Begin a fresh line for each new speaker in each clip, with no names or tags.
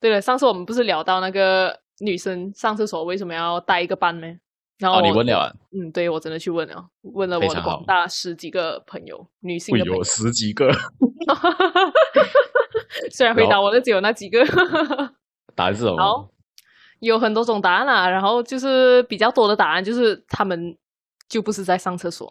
对了，上次我们不是聊到那个女生上厕所为什么要带一个班呢？然后
哦，
我、
你问了啊？
嗯，对我真的去问了，问了
非
我的
常
广
好哎
大十几个朋友，女性
会
的朋友
有，十几个
虽然回答
然后
我的只有那几个。
答案是什么？
好，有很多种答案啊，然后就是比较多的答案就是他们就不是在上厕所，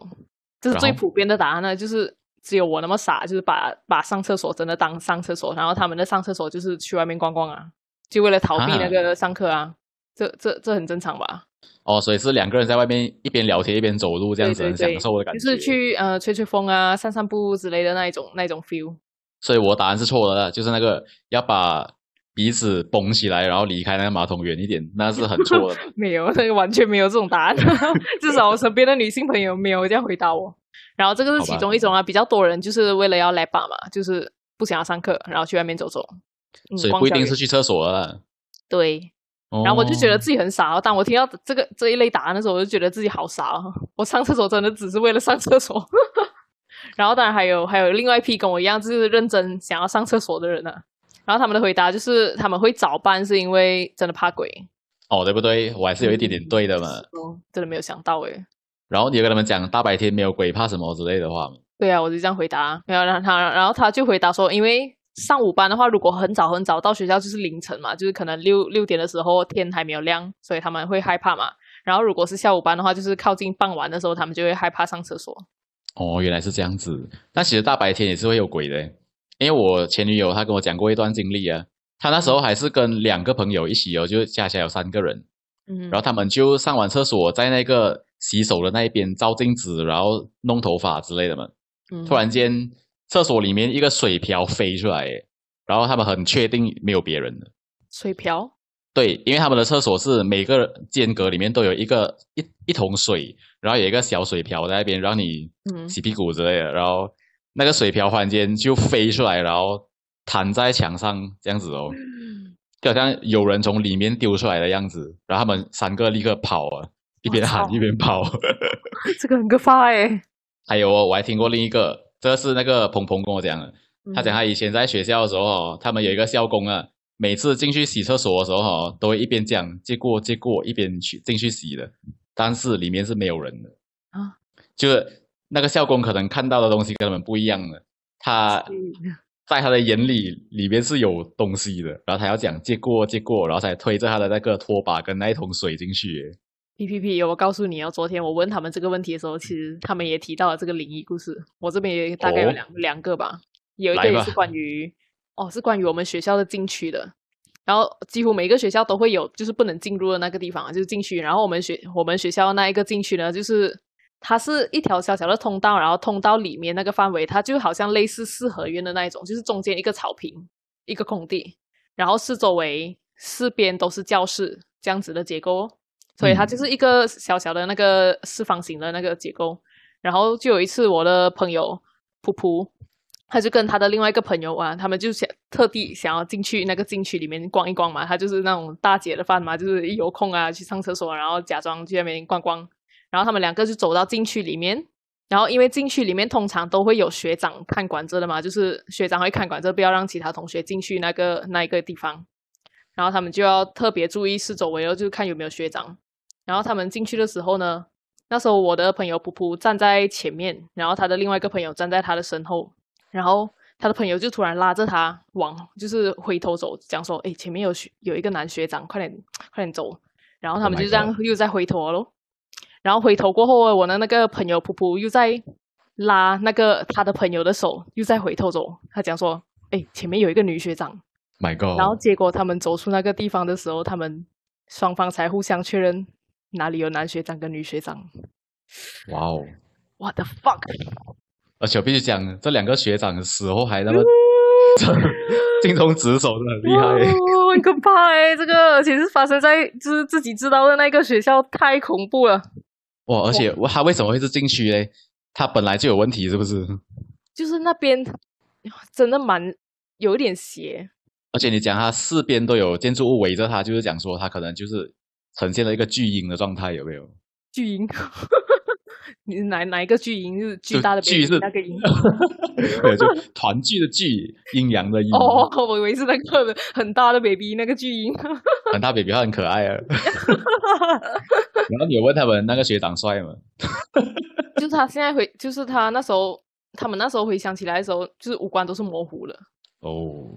这是
然
最
后
普遍的答案呢，啊就是只有我那么傻，就是把把上厕所真的当上厕所，然后他们的上厕所就是去外面逛逛啊，就为了逃避那
啊
个上课啊，这这这很正常吧？
哦，所以是两个人在外面一边聊天一边走路，这样子
对
很
对对
享受的感觉。
就是去呃吹吹风啊、散散步之类的那一种那一种 feel。
所以我答案是错的啦，就是那个要把鼻子绷起来，然后离开那个马桶远一点，那是很 错的。
没有，那个完全没有这种答 案。至少我身边的女性朋友没有这样回答我。然后这个是
好吧
其中一种啊，比较多人就是为了要来吧嘛，就是不想要上课，然后去外面走走。嗯、
所以
逛
不一
校
定
园
是去厕所的啦。
对。然后我就觉得
哦
自己很傻、哦，当我听到这个这一类答案的时候，我就觉得自己好傻、哦。 我上厕所真的只是为了上厕所。 然后当然还有还有另外一批跟我一样就是认真想要上厕所的人呢、啊。然后他们的回答就是他们会早班是因为真的怕鬼，
哦，对不对？我还是有一点点对的嘛。
哦，真的没有想到诶。
然后你有跟他们讲大白天没有鬼怕什么之类的话吗？
对啊，我就这样回答。没有，然后他然后他就回答说，因为上午班的话，如果很早很早到学校就是凌晨嘛，就是可能六六点的时候天还没有亮，所以他们会害怕嘛。然后如果是下午班的话，就是靠近傍晚的时候，他们就会害怕上厕所。
哦，原来是这样子。但其实大白天也是会有鬼的，因为我前女友她跟我讲过一段经历啊。她那时候还是跟两个朋友一起哦，就加起来有三个人，
嗯
然后他们就上完厕所，在那个洗手的那一边照镜子，然后弄头发之类的嘛。
嗯
突然间，厕所里面一个水瓢飞出来，然后他们很确定没有别人了。
水瓢，
对，因为他们的厕所是每个间隔里面都有一个一一桶水，然后有一个小水瓢在那边，让你
嗯
洗屁股之类的。然后那个水瓢忽然间就飞出来，然后弹在墙上这样子哦，就好像有人从里面丢出来的样子。然后他们三个立刻跑啊，一边
我
喊
操
一边跑。
这个很可怕哎、
还有哦，我还听过另一个，这个是那个鹏鹏跟我讲的，他讲
嗯
他以前在学校的时候哦，他们有一个校工啊，每次进去洗厕所的时候哦，都会一边讲借过借过，一边去进去洗的，但是里面是没有人的
啊，
就是那个校工可能看到的东西跟他们不一样的，他在他的眼里里面是有东西的，然后他要讲借过借过，然后才推着他的那个拖把跟那一桶水进去。
P P P，我告诉你哦，昨天我问他们这个问题的时候，其实他们也提到了这个灵异故事。我这边也大概有
哦
两、两个吧，有一
来
个也
吧
是关于哦，是关于我们学校的禁区的。然后几乎每个学校都会有，就是不能进入的那个地方啊，就是禁区。然后我们学我们学校那一个禁区呢，就是它是一条小小的通道，然后通道里面那个范围，它就好像类似四合院的那一种，就是中间一个草坪，一个空地，然后四周围四边都是教室这样子的结构哦，所以它就是一个小小的那个四方形的那个结构。然后就有一次，我的朋友噗噗，他就跟他的另外一个朋友啊，他们就想特地想要进去那个禁区里面逛一逛嘛，他就是那种大姐的饭嘛，就是一有空啊去上厕所，然后假装去那边逛逛。然后他们两个就走到禁区里面，然后因为禁区里面通常都会有学长看管着的嘛，就是学长会看管着，不要让其他同学进去那个那一个地方。然后他们就要特别注意四周围哦，就是看有没有学长。然后他们进去的时候呢，那时候我的朋友噗噗站在前面，然后他的另外一个朋友站在他的身后，然后他的朋友就突然拉着他往就是回头走，讲说：“哎，前面有学有一个男学长，快点快点走。”然后他
Oh
们
my
就这样又再回头喽。然后回头过后，哦我的那个朋友噗噗又在拉那个他的朋友的手，又再回头走。他讲说：“哎，前面有一个女学长。”
My God！
然后结果他们走出那个地方的时候，他们双方才互相确认哪里有男学长跟女学长。
哇哦！
What the fuck！
而且我必须讲，这两个学长死后还那
嗯
么精通职守，真的很厉害。
哇很可怕哎、这个而且是发生在就是自己知道的那个学校，太恐怖了。
哇！而且哇他为什么会是禁区嘞？他本来就有问题，是不是？
就是那边真的蛮有一点邪，
而且你讲他四边都有建筑物围着他，就是讲说他可能就是呈现了一个巨婴的状态，有没有？
巨婴。你 哪哪一个巨蝇是巨大的
就巨
北
是
极那个 蝇？
对，就团聚的聚，阴阳的阴，
哦，我以为是那个很大的 baby 那个巨婴。
很大 baby 他很可爱啊。 然后你有问他们那个学长帅吗？
就是他现在回，就是他那时候，他们那时候回想起来的时候，就是五官都是模糊了。
哦，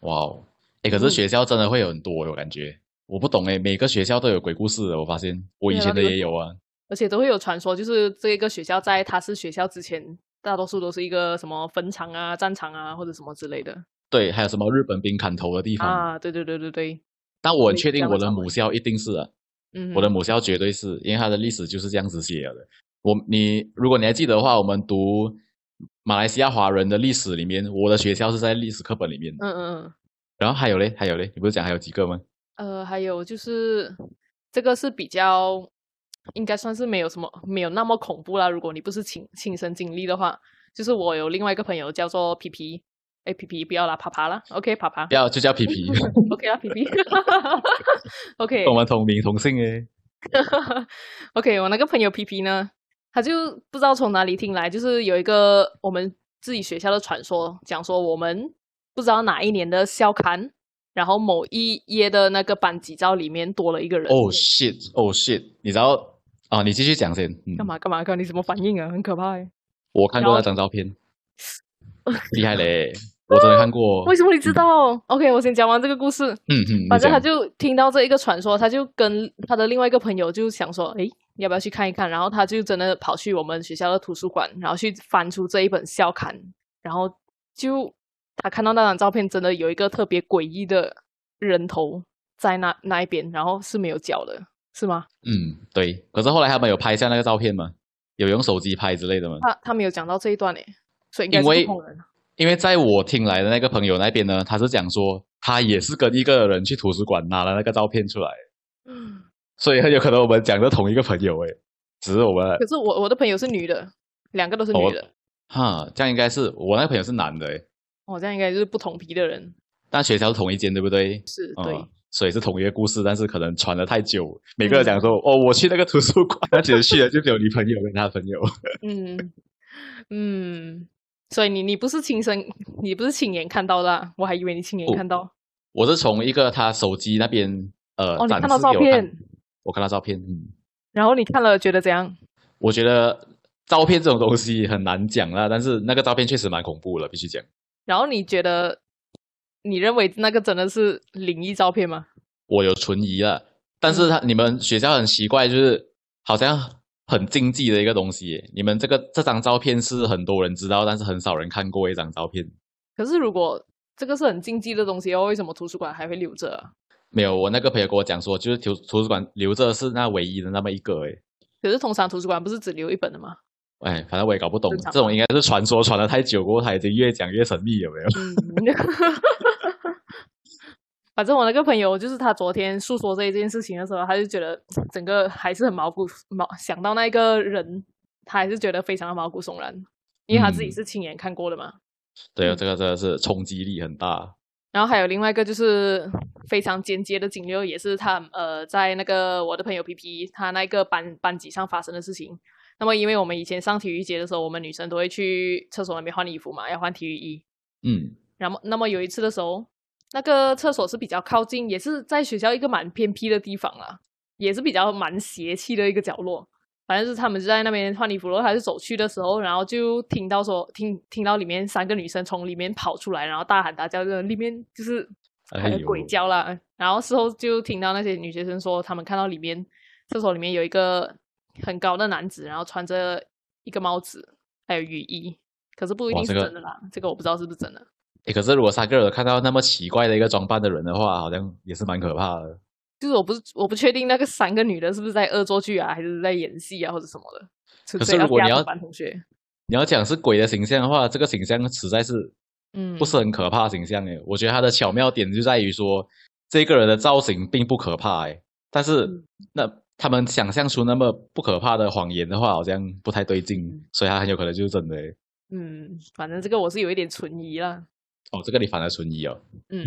哇哦，哎，可是学校真的会有很多，我感觉我不懂哎，每个学校都有鬼故事的，我发现我以前的也有啊。
而且都会有传说，就是这个学校在他是学校之前，大多数都是一个什么坟场啊、战场啊或者什么之类的
对，还有什么日本兵砍头的地方？
啊。对对对对对，
但我很
对
确定
这样
我
的
的
传
母校一定是啊，
嗯，
我的母校绝对是，因为它的历史就是这样子写了的。我你如果你还记得的话，我们读马来西亚华人的历史里面，我的学校是在历史课本里面的。
嗯嗯
然后还有嘞，还有嘞，你不是讲还有几个吗？
嗯，呃，还有就是这个是比较应该算是没有什么没有那么恐怖啦。如果你不是亲亲身经历的话，就是我有另外一个朋友叫做皮皮，哎皮皮不要啦，爬爬啦，OK 爬爬
不要就叫皮皮，
，OK 啊啦皮皮 ，OK
跟 我们同名同姓诶。
OK，我那个朋友皮皮呢，他就不知道从哪里听来，就是有一个我们自己学校的传说，讲说我们不知道哪一年的校刊，然后某一页的那个班级照里面多了一个人。
Oh shit，Oh shit，你知道啊？你继续讲先。嗯
干？嘛干嘛干嘛？你什么反应啊？很可怕欸！
我看过那张照片，厉害 嘞！我真的看过。
为什么你知道、o k 我先讲完这个故事。
嗯嗯，你
反正他
讲
就听到这一个传说，他就跟他的另外一个朋友就想说，诶，要不要去看一看？然后他就真的跑去我们学校的图书馆，然后去翻出这一本校刊，然后就他看到那张照片，真的有一个特别诡异的人头在那那一边，然后是没有脚的，是吗？
嗯对。可是后来他们有拍下那个照片吗？有用手机拍之类的吗？
他他没有讲到这一段诶，所以应该
因为
是不同人。啊
因为在我听来的那个朋友那边呢，他是讲说他也是跟一个人去图书馆拿了那个照片出来，
嗯
所以很有可能我们讲的同一个朋友诶，只是我们
可是我我的朋友是女的，两个都是
哦
女的，
哈，这样应该是我那个朋友是男的诶，
哦，这样应该就是不同皮的人，
但学校是同一间对不对？
是
嗯
对。
所以是同一个故事，但是可能传的太久，每个人讲说、
嗯
哦，我去那个图书馆，他其实去了就只有女朋友跟他的朋 友。
嗯嗯，所以你你不是亲身，你不是亲眼看到的啊，我还以为你亲眼
不
看到。
我是从一个他手机那边呃，
哦，你
展
看到
示
照
给我看
片，
我看到照片，嗯，
然后你看了觉得怎样？
我觉得照片这种东西很难讲啦，但是那个照片确实蛮恐怖了，必须讲。
然后你觉得，你认为那个真的是灵异照片吗？
我有存疑了，但是他你们学校很奇怪，就是好像很禁忌的一个东西耶。你们这个这张照片是很多人知道，但是很少人看过一张照片。
可是如果这个是很禁忌的东西哦，为什么图书馆还会留着啊？
没有，我那个朋友跟我讲说，就是图图书馆留着是那唯一的那么一个诶。
可是通常图书馆不是只留一本的吗？
哎，反正我也搞不懂
正，常
这种应该是传说传的太久过后，他已经越讲越神秘，有没有？
嗯，反正我那个朋友，就是他昨天诉说这一件事情的时候，他就觉得整个还是很毛骨毛，想到那个人，他还是觉得非常的毛骨悚然，因为他自己
嗯
是亲眼看过的嘛。
对哦，
嗯
这个真的是冲击力很大。
然后还有另外一个就是非常间接的经历，也是他呃在那个我的朋友皮皮他那个班班级上发生的事情。那么因为我们以前上体育节的时候，我们女生都会去厕所那边换衣服嘛，要换体育衣。
嗯，
然后那么有一次的时候，那个厕所是比较靠近，也是在学校一个蛮偏僻的地方啦，也是比较蛮邪气的一个角落。反正就是他们就在那边换衣服，然后他就走去的时候，然后就听到说听听到里面三个女生从里面跑出来，然后大喊大叫，就里面就是
哎
还有
呦
鬼叫啦。然后事后就听到那些女学生说，她们看到里面厕所里面有一个很高的男子，然后穿着一个帽子，还有雨衣，可是不一
哇
定是
这个
真的啦，这个我不知道是不是真的。
诶，可是如果三个人看到那么奇怪的一个装扮的人的话，好像也是蛮可怕的。
就是我不是我不确定那个三个女的是不是在恶作剧啊，还是在演戏啊，或者什么的。除
可
非
是如果
加
你
入
要
班同学，
你要讲是鬼的形象的话，这个形象实在是
嗯，
不是很可怕的形象诶。我觉得它的巧妙点就在于说，这个人的造型并不可怕诶，但是
嗯
那他们想象出那么不可怕的谎言的话，好像不太对劲
嗯，
所以他很有可能就是真的诶。
嗯，反正这个我是有一点存疑啦，
哦，这个你反而存疑哦。
嗯，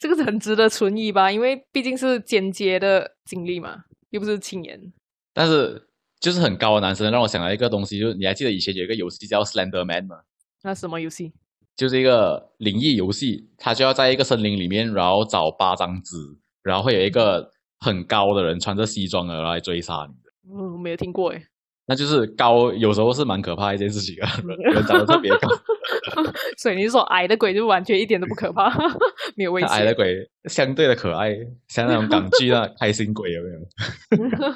这个是很值得存疑吧，因为毕竟是间接的经历嘛，又不是亲眼，
但是就是很高的男生，让我想到一个东西，就是你还记得以前有一个游戏叫 Slender Man 吗？
那什么游戏？
就是一个灵异游戏，他就要在一个森林里面，然后找八张纸，然后会有一个很高的人穿着西装的然后来追杀你的，
嗯，没有听过诶，
那就是高，有时候是蛮可怕的一件事情啊，人人长得特别 高，
所以你是说矮的鬼就完全一点都不可怕， 没有威胁。
矮的鬼相对的可爱，像那种港剧那开心鬼有没有？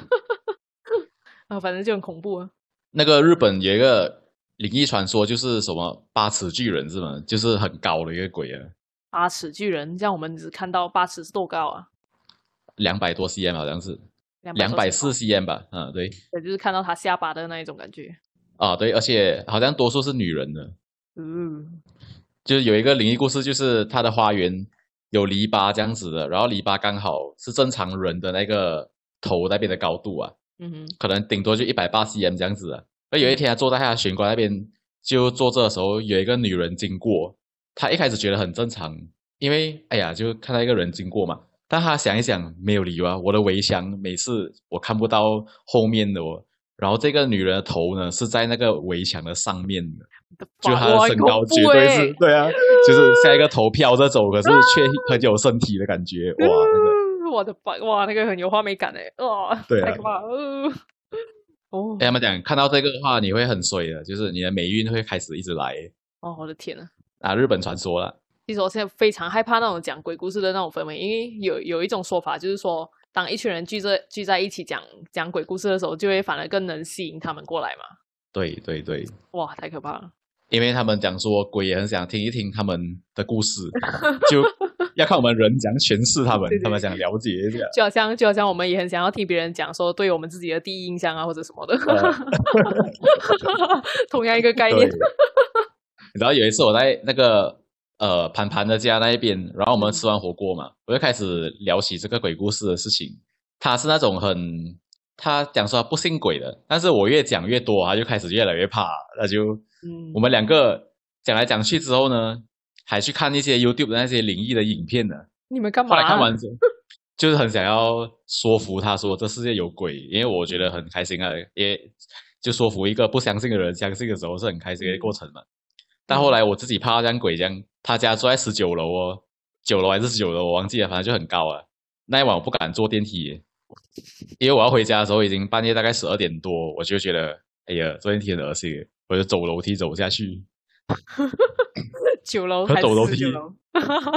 啊，反正就很恐怖啊。
那个日本有一个灵异传说，就是什么八尺巨人是吗？就是很高的一个鬼啊，
八尺巨人，像我们只看到八尺是多高啊？
两百多 cm 好像是，两
两
百四 cm 吧，嗯对，
对，就是看到他下巴的那一种感觉。
啊对，而且好像多数是女人的。
嗯，
就是有一个灵异故事，就是他的花园有篱笆这样子的，然后篱笆刚好是正常人的那个头那边的高度啊，
嗯哼，
可能顶多就一百八 cm 这样子啊。而有一天他坐在他的玄关那边就坐着的时候，有一个女人经过，他一开始觉得很正常，因为哎呀，就看到一个人经过嘛。但他想一想，没有理由啊，我的围墙每次我看不到后面的哦，然后这个女人的头呢是在那个围墙的上面的。就他的身高绝对
欸
是，对啊，就是像一个头飘着走，
啊
可是却很有身体的感觉，哇，那个，
哇，嗯我的爸，哇，那个很有画面感哎，哇，
对啊
太可怕了。呃哦
哎，他们讲看到这个的话，你会很衰的，就是你的霉运会开始一直来
哦，我的天呐！
啊，日本传说啦，
其实我现在非常害怕那种讲鬼故事的那种氛围，因为有有一种说法就是说，当一群人聚在聚在一起讲讲鬼故事的时候，就会反而更能吸引他们过来嘛。
对对对，
哇，太可怕了！
因为他们讲说鬼也很想听一听他们的 故事，就要看我们人讲诠释他们
对对，
他们想了解一下。
就好像就好像我们也很想要听别人讲说对我们自己的第一印象啊，或者什么的，
呃
同样一个概
对
念。。
然后有一次我在那个呃盘盘的家那一边，然后我们吃完火锅嘛，我就开始聊起这个鬼故事的事情。他是那种很，他讲说他不信鬼的，但是我越讲越多，他就开始越来越怕，那就
嗯
我们两个讲来讲去之后呢，还去看一些 YouTube 的那些灵异的影片呢。
你们干嘛
后来
啊？
看完之后，就是很想要说服他说这世界有鬼，因为我觉得很开心啊，也就说服一个不相信的人相信的时候是很开心的一个过程嘛。但后来我自己怕像鬼这样，他家住在十九楼哦，九楼还是十九楼，我忘记了，反正就很高啊。那一晚我不敢坐电梯，因为我要回家的时候已经半夜大概十二点多，我就觉得哎呀坐电梯很恶心，我就走楼梯走下去，
九楼
他
还是
走楼
十
梯
九楼？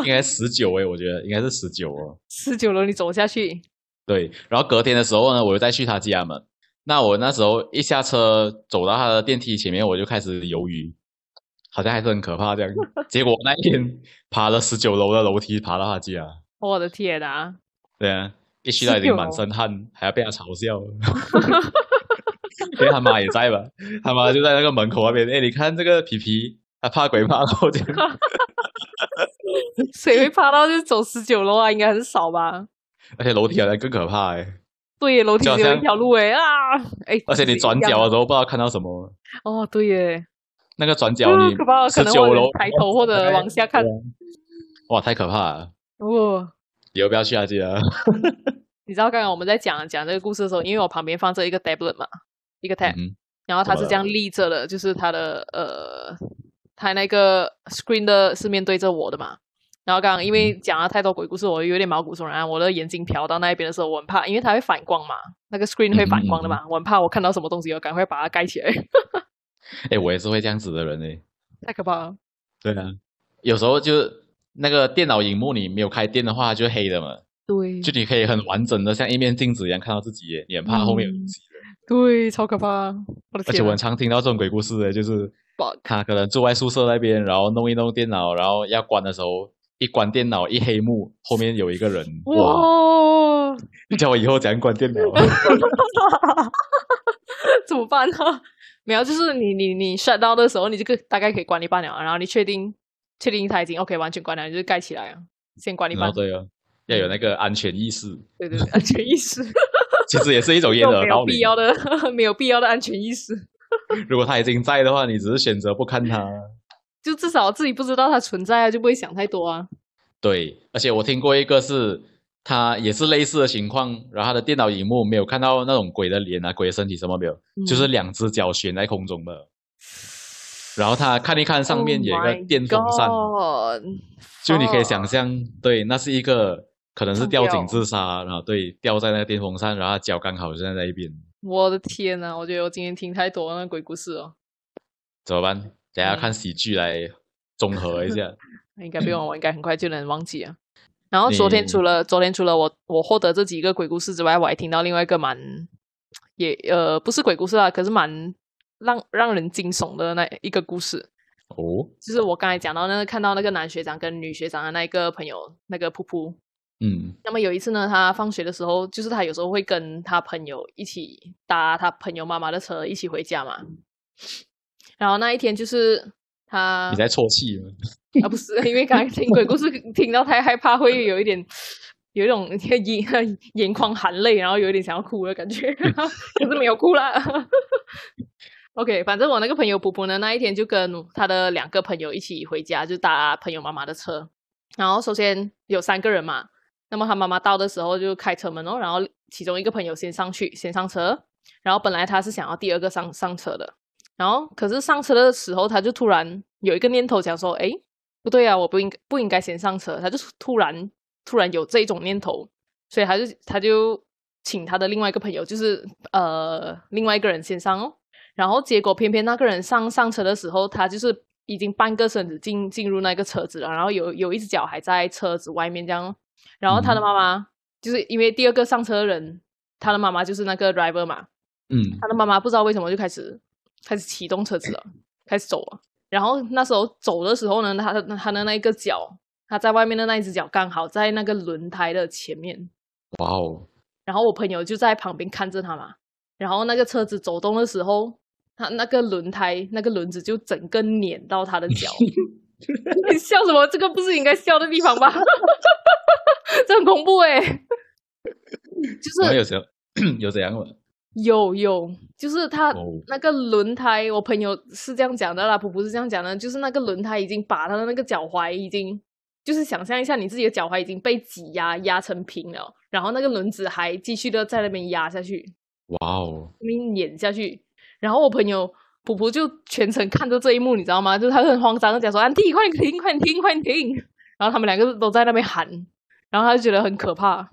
应该十九诶，我觉得应该是十九哦。
十九楼你走下去，
对，然后隔天的时候呢，我又再去他家门。那我那时候一下车走到他的电梯前面，我就开始犹豫，好像还是很可怕这样。 结果那一天爬了十九楼的楼梯爬到他家，
哦我的天 呐！
对啊，一去到已经满身汗，还要被他嘲笑。 因为他妈也在吧，他妈就在那个门口那边。哎，你看这个皮皮，他怕鬼怕到这样。
谁会爬到就走十九楼啊？应该很少吧？
而且楼梯好像更可怕哎、
对耶，楼梯
就好
只有一
像
条路哎啊！哎，
而且你
不是一
转
样
角
啊
的时候不知道看到什么，
哦，对耶，
那个转角
啊
你
可怕，可
十
能
九
我
楼
抬头或者往下看
对，啊哇，太可怕了！
哦。
以后不要去啊，记得。
你知道刚刚我们在讲讲这个故事的时候，因为我旁边放着一个 tablet 嘛，一个 tab，、
嗯
然后它
怎么
是这样立着的，就是它的呃，它那个 screen 的是面对着我的嘛。然后刚刚因
嗯
为讲了太多鬼故事，我有点毛骨悚然。我的眼睛瞟到那一边的时候，我很怕，因为它会反光嘛，那
嗯
个 screen 会反光的嘛，我很怕我看到什么东西，我赶快把它盖起来，
哎、我也是会这样子的人哎、
太可怕了。
对啊，有时候就是那个电脑荧幕你没有开电的话，它就黑的嘛，
对，
就你可以很完整的像一面镜子一样看到自己耶，你很怕后面有东西的。
对，超可怕！嗯我的
而且
天
我
啊
很常听到这种鬼故事的，就是
，bug，
他可能住在宿舍那边，然后弄一弄电脑，然后要关的时候。一关电脑，一黑幕，后面有一个人。哇！
哇，
你教我以后怎样 关电脑？
怎么办呢？没有，就是你你你 shut down 的时候，你这个大概可以关一半了，然后你确定确定它已经 OK 完全关了，你就盖起来啊，先关一
然
半
后。对哦，要有那个安全意识，
对对对，安全意识，
其实也是一种
这
掩
种
耳
没有
盗
必
铃。
要的 没有必要的安全意识，
如果他已经在的话，你只是选择不看他。
就至少自己不知道它存在啊，就不会想太多啊。
对，而且我听过一个是他也是类似的情况，然后他的电脑荧幕没有看到那种鬼的脸啊、鬼的身体什么没有，
嗯
就是两只脚悬在空中的。然后他看一看上面有一个电风扇
Oh my god 哦
就你可以想象，对，那是一个可能是吊颈自杀，然后对吊在那个电风扇，然后他脚刚好站在那一边，
我的天呐，我觉得我今天听太多那鬼故事哦，
怎么办？等下
嗯
看喜剧来综合一下。
应该不用，我应该很快就能忘记啊。然后昨天
你
除了昨天除了我我获得这几个鬼故事之外，我还听到另外一个蛮也呃不是鬼故事啦，可是蛮让让人惊悚的那一个故事，
哦，
就是我刚才讲到那个看到那个男学长跟女学长的那一个朋友那个噗噗，
嗯
那么有一次呢，他放学的时候，就是他有时候会跟他朋友一起搭他朋友妈妈的车一起回家嘛。然后那一天就是他
你在啜泣吗？
啊，不是因为刚才听鬼故事听到太害怕，会有一点有一种眼 眼眶含泪，然后有一点想要哭的感觉，可是没有哭啦。OK，反正我那个朋友婆婆呢，那一天就跟她的两个朋友一起回家，就搭朋友妈妈的车。然后首先有三个人嘛，那么她妈妈到的时候就开车门哦，然后其中一个朋友先上去，先上车。然后本来她是想要第二个上上车的，然后可是上车的时候，她就突然有一个念头想说，诶，不对啊，我不应该不应该先上车。他就突然突然有这一种念头，所以他就他就请他的另外一个朋友，就是呃另外一个人先上哦。然后结果偏偏那个人上上车的时候，他就是已经半个身子进进入那个车子了，然后有有一只脚还在车子外面这样哦。然后他的
嗯
妈妈、就是因为第二个上车的人，他的妈妈就是那个 driver 嘛，
嗯，
他的妈妈不知道为什么就开始开始启动车子了，开始走了。然后那时候走的时候呢，他的他的那一个脚，他在外面的那一只脚刚好在那个轮胎的前面，
哇哦，
然后我朋友就在旁边看着他嘛。然后那个车子走动的时候，他那个轮胎那个轮子就整个碾到他的脚。你笑什么？这个不是应该笑的地方吧？ 这很恐怖哎、 就是
然后有怎有怎样 吗？
有有，就是他
哦
那个轮胎，我朋友是这样讲的啦，普普是这样讲的，就是那个轮胎已经把他的那个脚踝已经，就是想象一下你自己的脚踝已经被挤压压成平了，然后那个轮子还继续的在那边压下去，
哇哦，
那边碾下去，然后我朋友普普就全程看着这一幕，你知道吗？就是他很慌张的讲说：“安迪，快点停，快点停，快点停！”然后他们两个都在那边喊，然后他就觉得很可怕。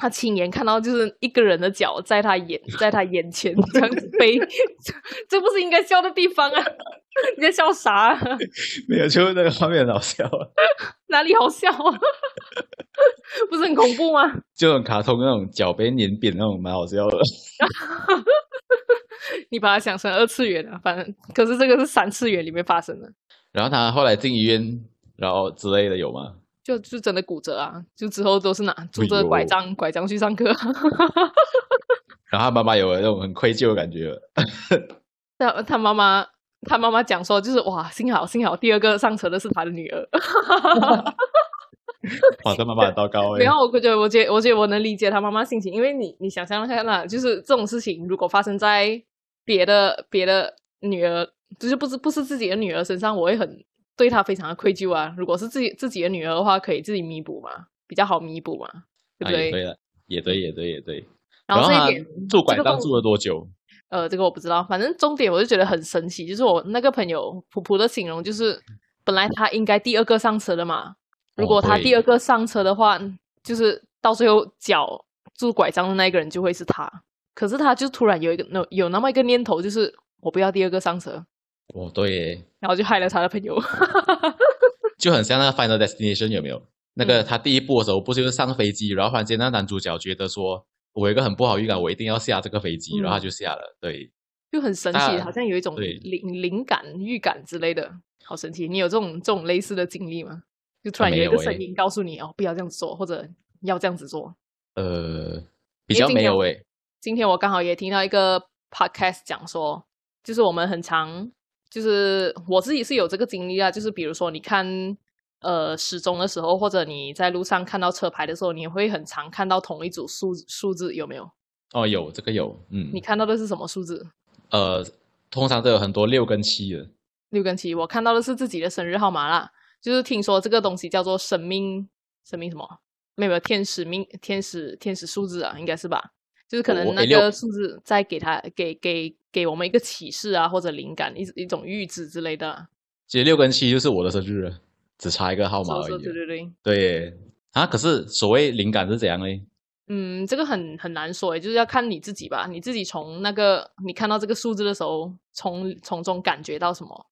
他亲眼看到就是一个人的脚在他眼在他眼前这样子飞， 这这不是应该笑的地方啊！ 你在笑啥 啊、
没有，就那个画面很好笑啊，
哪里好笑啊？不是很恐怖吗？
就很卡通那种脚被碾扁那种，蛮好笑 的。
你把它想成二次元了、反正可是这个是三次元里面发生的。
然后他后来进医院，然后之类的有吗？
就就真的骨折啊！就之后都是拿拄着
呦
拐杖、拐杖去上课。
然后他妈妈有那种很愧疚的感觉吗，
他他妈妈，他妈妈讲说，就是哇，幸好幸好第二个上车的是他的女儿。
哇，他妈妈很糟糕 哎、
然后我觉得，我觉得，我觉得我能理解他妈妈心情，因为你你想象看啦，就是这种事情如果发生在别的别的女儿，就是不是不是自己的女儿身上，我会很对她非常的愧疚啊。如果是自己自己的女儿的话，可以自己弥补嘛，比较好弥补嘛，对不
啊，也
哎对？
对了，也对，也对，也对。
然后这
他
一点，
拄拐
这个
杖
动
拄了多久？
呃，这个我不知道，反正重点我就觉得很神奇，就是我那个朋友普普的形容就是，本来他应该第二个上车的嘛，如
哦
果他
对
第二个上车的话，就是到最后脚拄拐杖的那个人就会是他。可是他就突然有一个有有那么一个念头，就是我不要第二个上车，
哦，对耶，
然后就害了他的朋友。
就很像那个 Final Destination 有没有？那
嗯
个他第一部的时候不就是上飞机，然后忽然间那男主角觉得说，我有一个很不好预感，我一定要下这个飞机，
嗯
然后他就下了。对，
就很神
啊
奇，好像有一种
对
灵灵感、预感之类的，好神奇。你有这种这种类似的经历吗？就突
啊
然有
没
一个
有欸
声音告诉你、哦，不要这样子做，或者要这样子做。
呃，比
因为
较
今
没
天
有
我
诶，
今天我刚好也听到一个 podcast 讲说，就是我们很常，就是我自己是有这个经历啊，就是比如说你看呃时钟的时候，或者你在路上看到车牌的时候，你会很常看到同一组数数字，有没有？
哦，有这个有，嗯
你，看到的是什么数字？
呃，通常都有很多六跟七的，
六跟七，我看到的是自己的生日号码啦。就是听说这个东西叫做生命，生命什么？没有没有天使命天使天使数字啊，应该是吧？就是可
我
能
我
那
A6
个数字再给他给给给我们一个启示啊，或者灵感一一种预知之类的啊。
其实六跟七就是我的生日了，只差一个号码而
是
已啊
不是。对对对，
对啊，可是所谓灵感是怎样呢？
嗯，这个很很难说欸诶，就是要看你自己吧。你自己从那个你看到这个数字的时候，从从中感觉到什么？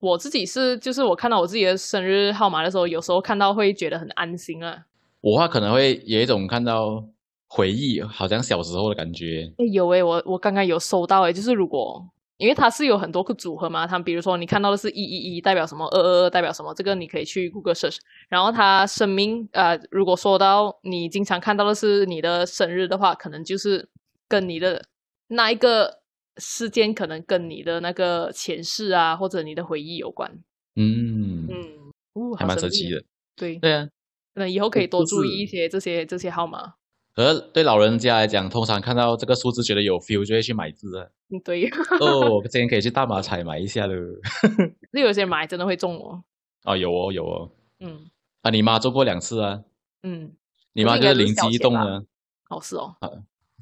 我自己是，就是我看到我自己的生日号码的时候，有时候看到会觉得很安心啊。
我话可能会有一种看到回忆，好像小时候的感觉。
诶有诶、我我刚刚有收到诶、就是如果因为它是有很多个组合嘛，它比如说你看到的是一一一代表什么，二二二代表什么，这个你可以去 Google search。然后它生命呃，如果说到你经常看到的是你的生日的话，可能就是跟你的那一个事件，可能跟你的那个前世啊，或者你的回忆有关。
嗯，
嗯，哦，
还
好
蛮
神
神
秘
奇。的。
对，
对啊，
那以后可以多
就
注
是
意一些这些这些号码。
可是对老人家来讲，通常看到这个数字觉得有 feel 就会去买字啊。
嗯，对，
哦，今天可以去大马彩买一下喽。
那有些人买真的会中哦。
啊，有哦，有哦。
嗯
啊，你妈做过两次啊？
嗯，
你妈
可是应该
就是
都是
灵
小
机一
钱
动
吧
啊，
好是哦。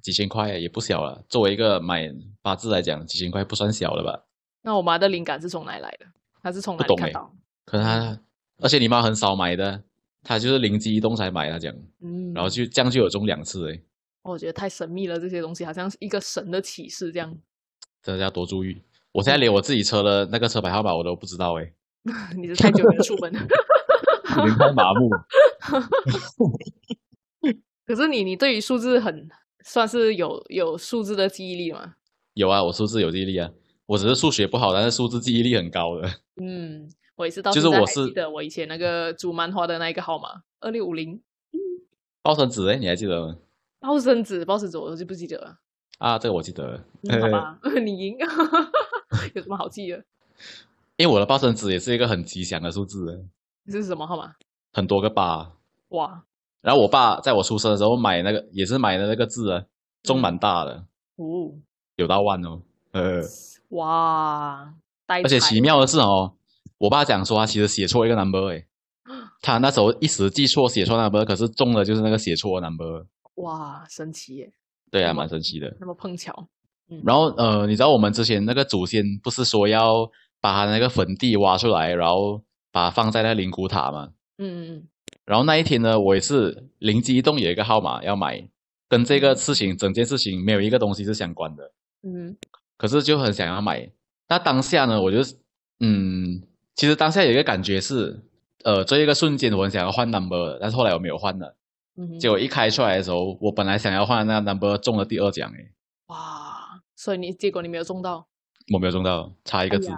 几千块也不小了。作为一个买八字来讲，几千块不算小了吧？
那我妈的灵感是从哪里来的？她是从哪
不
里
懂
看
欸
到？
可是她，而且你妈很少买的，她就是灵机一动才买，她讲，
嗯，
然后就这样就有中两次诶，
哦我觉得太神秘了，这些东西好像是一个神的启示这样。
真的要多注意。我现在连我自己车的那个车牌号码我都不知道 诶，
你是太久没有出门了，
已经太麻木了。
可是你你对于数字很算是有有数字的记忆力嘛？
有啊，我数字有记忆力啊，我只是数学不好，但是数字记忆力很高的。
嗯，我也是到
就是
现在
我
还
是
记得我以前那个煮漫画的那一个号码二六五零，
报生纸诶，你还记得吗？
报生纸报生纸我就不记得了。
啊，这个我记得了。
嗯好吧， 你赢，有什么好记的？
因为我的报生纸也是一个很吉祥的数字，
这是什么号码？
很多个八。
哇，
然后我爸在我出生的时候买那个，也是买的那个字啊，中蛮大的，
哦，
有到万哦。
嗯
呃，
哇，呆
而且
财
奇妙的是哦，我爸讲说他其实写错一个 number 哎，他那时候一时记错写错 number，可是中的就是那个写错的 number。
哇，神奇耶，
对啊，
嗯
蛮神奇的。
那么碰巧。嗯
然后呃，你知道我们之前那个祖先不是说要把他那个坟地挖出来，然后把它放在那个灵骨塔吗？
嗯，嗯，
然后那一天呢，我也是灵机一动，有一个号码要买，跟这个事情整件事情没有一个东西是相关的，
嗯，
可是就很想要买。那当下呢，我就嗯，其实当下有一个感觉是，呃，这一个瞬间我很想要换 number，但是后来我没有换了。
嗯，
结果一开出来的时候，我本来想要换的那个 number 中了第二奖，诶，
哇，所以你结果你没有中到，
我没有中到，差一
一
个字，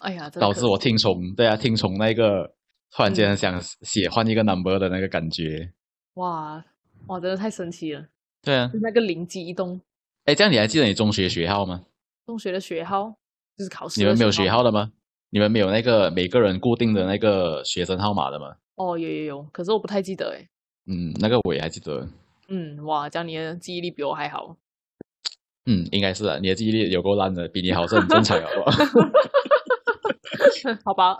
哎呀，真的
导
可
致我
惜
听从，对啊，听从那个突然
嗯
间很想写换一个 number 的那个感觉，
哇哇，真的太神奇了，
对啊
就，那个灵机一动，
哎，这样你还记得你中学学号吗？
中学的学号就是考试，
你们没有学？号的吗？你们没有那个每个人固定的那个学生号码的吗？
哦，有有有，可是我不太记得哎，
嗯，那个我也还记得。
嗯，哇，这样你的记忆力比我还好，
嗯，应该是啊，你的记忆力有够烂的，比你好是很正常，好不好？
好吧。